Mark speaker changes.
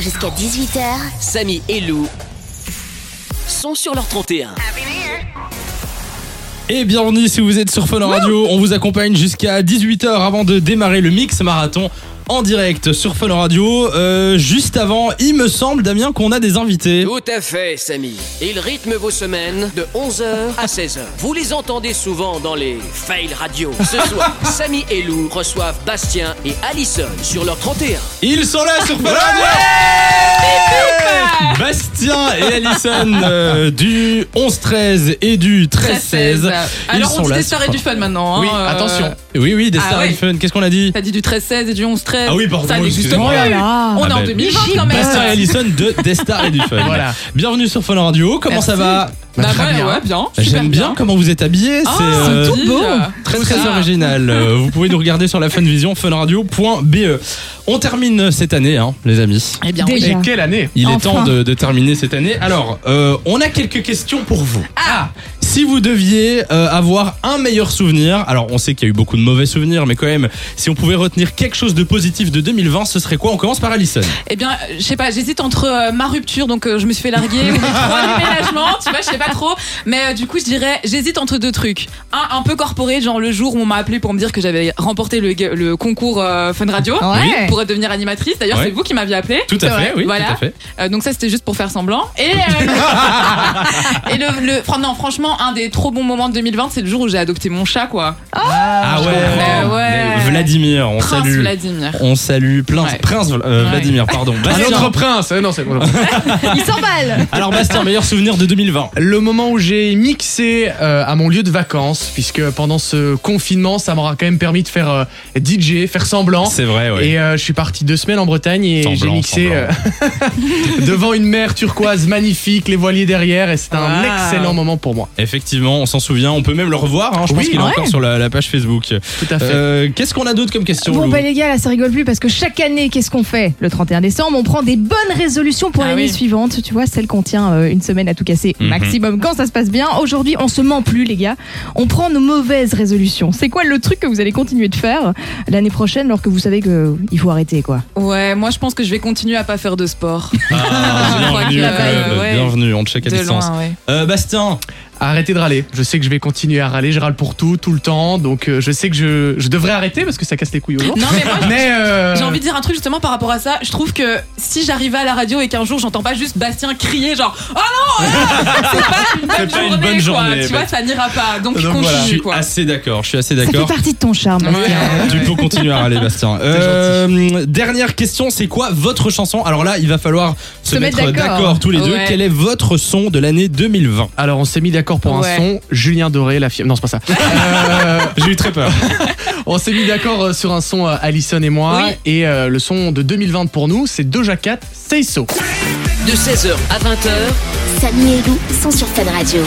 Speaker 1: Jusqu'à 18h,
Speaker 2: Samy et Lou sont sur leur 31.
Speaker 3: Et bienvenue si vous êtes sur Fun Radio, on vous accompagne jusqu'à 18h avant de démarrer le mix marathon en direct sur Fun Radio. Euh, juste avant, il me semble Damien qu'on a des invités.
Speaker 2: Tout à fait, Samy. Ils rythment vos semaines de 11h à 16h. Vous les entendez souvent dans les fails radio. Ce soir, Samy et Lou reçoivent Bastien et Allison sur leur 31.
Speaker 3: Ils sont là sur Fun Radio Bastien et Allison euh, du 11-13 et du 13-16.
Speaker 4: 13-16. Alors on dit des stars et du fun maintenant. hein,
Speaker 3: Oui,
Speaker 4: euh,
Speaker 3: attention. Oui, oui, des
Speaker 4: Ah
Speaker 3: stars et
Speaker 4: ouais.
Speaker 3: du fun. Qu'est-ce qu'on a dit
Speaker 4: T'as dit du 13-16 et du 11-13.
Speaker 3: Ah oui, pardon,
Speaker 4: Ça n'existe
Speaker 3: excusez-moi.
Speaker 4: pas. On
Speaker 3: Ah
Speaker 4: est en
Speaker 3: ben,
Speaker 4: 2020 quand même.
Speaker 3: Bastien et Allison de Des Stars et du Fun.
Speaker 5: Voilà.
Speaker 3: Bienvenue sur Fun Radio. Comment ça
Speaker 4: Merci.
Speaker 3: va
Speaker 4: Bah,
Speaker 5: Très
Speaker 4: ouais,
Speaker 5: bien.
Speaker 4: ouais, bien. super
Speaker 3: J'aime bien comment vous êtes habillés.
Speaker 4: Ah,
Speaker 3: c'est euh,
Speaker 4: tout beau.
Speaker 3: très très
Speaker 4: Ça.
Speaker 3: original. Euh, vous pouvez nous regarder sur la Funvision, funradio.be. E. On termine cette année, hein, les amis.
Speaker 4: Eh bien,
Speaker 5: Et
Speaker 4: oui.
Speaker 5: quelle année
Speaker 3: Il est
Speaker 6: Enfin.
Speaker 3: temps de, de terminer cette année. Alors, euh, on a quelques questions pour vous. Ah Si vous deviez euh, avoir un meilleur souvenir, alors on sait qu'il y a eu beaucoup de mauvais souvenirs, mais quand même, si on pouvait retenir quelque chose de positif de 2020, ce serait quoi On commence par Alison.
Speaker 4: Eh bien, je sais pas, j'hésite entre euh, ma rupture, donc euh, je me suis fait larguer, ou mes trois déménagements, tu vois, je sais pas trop. Mais euh, du coup, je dirais, j'hésite entre deux trucs. Un, un peu corporé, genre le jour où on m'a appelé pour me dire que j'avais remporté le, ga- le concours euh, Fun Radio
Speaker 6: Ouais.
Speaker 4: oui, pour devenir animatrice. D'ailleurs,
Speaker 3: Ouais.
Speaker 4: c'est vous qui m'aviez appelé.
Speaker 3: Tout à fait, oui,
Speaker 4: Voilà.
Speaker 3: tout à fait.
Speaker 4: Euh, donc ça c'était juste pour faire semblant. Et, euh, et le, le- fran- non, franchement, un des trop bons moments de 2020, c'est le jour où j'ai adopté mon chat, quoi.
Speaker 3: Ah ouais,
Speaker 4: comprends. Ouais.
Speaker 3: Vladimir, on
Speaker 4: Prince
Speaker 3: salue.
Speaker 4: Vladimir.
Speaker 3: On salue plein
Speaker 4: Ouais.
Speaker 3: Prince euh,
Speaker 4: Ouais.
Speaker 3: Vladimir, pardon.
Speaker 5: Un
Speaker 3: Bastien.
Speaker 5: autre prince. Euh,
Speaker 3: Eh,
Speaker 5: non, c'est bon.
Speaker 6: Il s'emballe
Speaker 3: Alors Bastien, meilleur souvenir de 2020.
Speaker 5: Le moment où j'ai mixé euh, à mon lieu de vacances, puisque pendant ce confinement, ça m'aura quand même permis de faire euh, DJ, faire semblant.
Speaker 3: C'est vrai, ouais.
Speaker 5: Et euh, je suis parti deux semaines en Bretagne et j'ai
Speaker 3: Semblant,
Speaker 5: mixé
Speaker 3: semblant.
Speaker 5: euh, devant une mer turquoise magnifique, les voiliers derrière, et c'était un
Speaker 4: Wow.
Speaker 5: excellent moment pour moi.
Speaker 3: Effectivement, on s'en souvient. On peut même le revoir. hein. Je pense
Speaker 5: Oui,
Speaker 3: qu'il est
Speaker 4: ouais.
Speaker 3: encore sur la, la page Facebook.
Speaker 5: Tout à fait.
Speaker 3: Euh, Qu'est-ce qu'on a d'autre comme question
Speaker 6: Bon
Speaker 3: Lou
Speaker 6: bah les gars là ça rigole plus parce que chaque année qu'est-ce qu'on fait Le 31 décembre on prend des bonnes résolutions pour
Speaker 4: Ah
Speaker 6: l'année
Speaker 4: oui.
Speaker 6: suivante, tu vois celle qu'on tient euh, une semaine à tout casser
Speaker 3: Mhm.
Speaker 6: maximum quand ça se passe bien. Aujourd'hui on se ment plus les gars, on prend nos mauvaises résolutions. C'est quoi le truc que vous allez continuer de faire l'année prochaine alors que vous savez que euh, il faut arrêter quoi
Speaker 4: Ouais, moi je pense que je vais continuer à pas faire de sport.
Speaker 3: Ah,
Speaker 4: Je crois
Speaker 3: bienvenue,
Speaker 4: que,
Speaker 3: au club.
Speaker 4: euh, ouais.
Speaker 3: bienvenue, on te check à
Speaker 4: de
Speaker 3: distance.
Speaker 4: loin, ouais.
Speaker 3: Euh, Bastien,
Speaker 5: Arrêtez de râler. Je sais que je vais continuer à râler. Je râle pour tout, tout le temps. Donc euh, je sais que je, je devrais arrêter parce que ça casse les couilles aux gens.
Speaker 4: Non mais moi
Speaker 5: Mais euh,
Speaker 4: J'ai envie de dire un truc justement par rapport à ça. Je trouve que si j'arrivais à la radio et qu'un jour j'entends pas juste Bastien crier genre Oh non ah C'est
Speaker 3: pas
Speaker 4: pas
Speaker 3: une
Speaker 4: une
Speaker 3: bonne
Speaker 4: bonne journée, quoi.
Speaker 3: journée,
Speaker 4: Tu
Speaker 3: mais-
Speaker 4: vois, ça n'ira pas. Donc,
Speaker 3: donc
Speaker 4: continue
Speaker 3: euh, voilà. je suis
Speaker 4: quoi.
Speaker 3: assez d'accord. Je suis assez
Speaker 6: Ça fait
Speaker 3: d'accord.
Speaker 6: partie de ton
Speaker 5: Ah,
Speaker 6: charme.
Speaker 4: Ouais.
Speaker 6: Bastien.
Speaker 3: Tu peux continuer à râler, Bastien. Euh, dernière question, c'est quoi votre chanson Alors là, il va falloir se,
Speaker 6: Se mettre d'accord.
Speaker 3: d'accord tous les deux.
Speaker 4: Ouais.
Speaker 3: Quel est votre son de l'année 2020
Speaker 5: alors on s'est mis d'accord pour
Speaker 4: Ouais.
Speaker 5: un son. Julien Doré, la fille. Non, c'est pas ça. Euh,
Speaker 3: J'ai eu très peur.
Speaker 5: on s'est mis d'accord euh, sur un son euh, Alison et moi.
Speaker 4: Oui.
Speaker 5: Et euh, le son de 2020 pour nous, c'est Doja Cat, Say So.
Speaker 2: De 16h à 20h,
Speaker 1: Samy et Lou sont sur Fun Radio.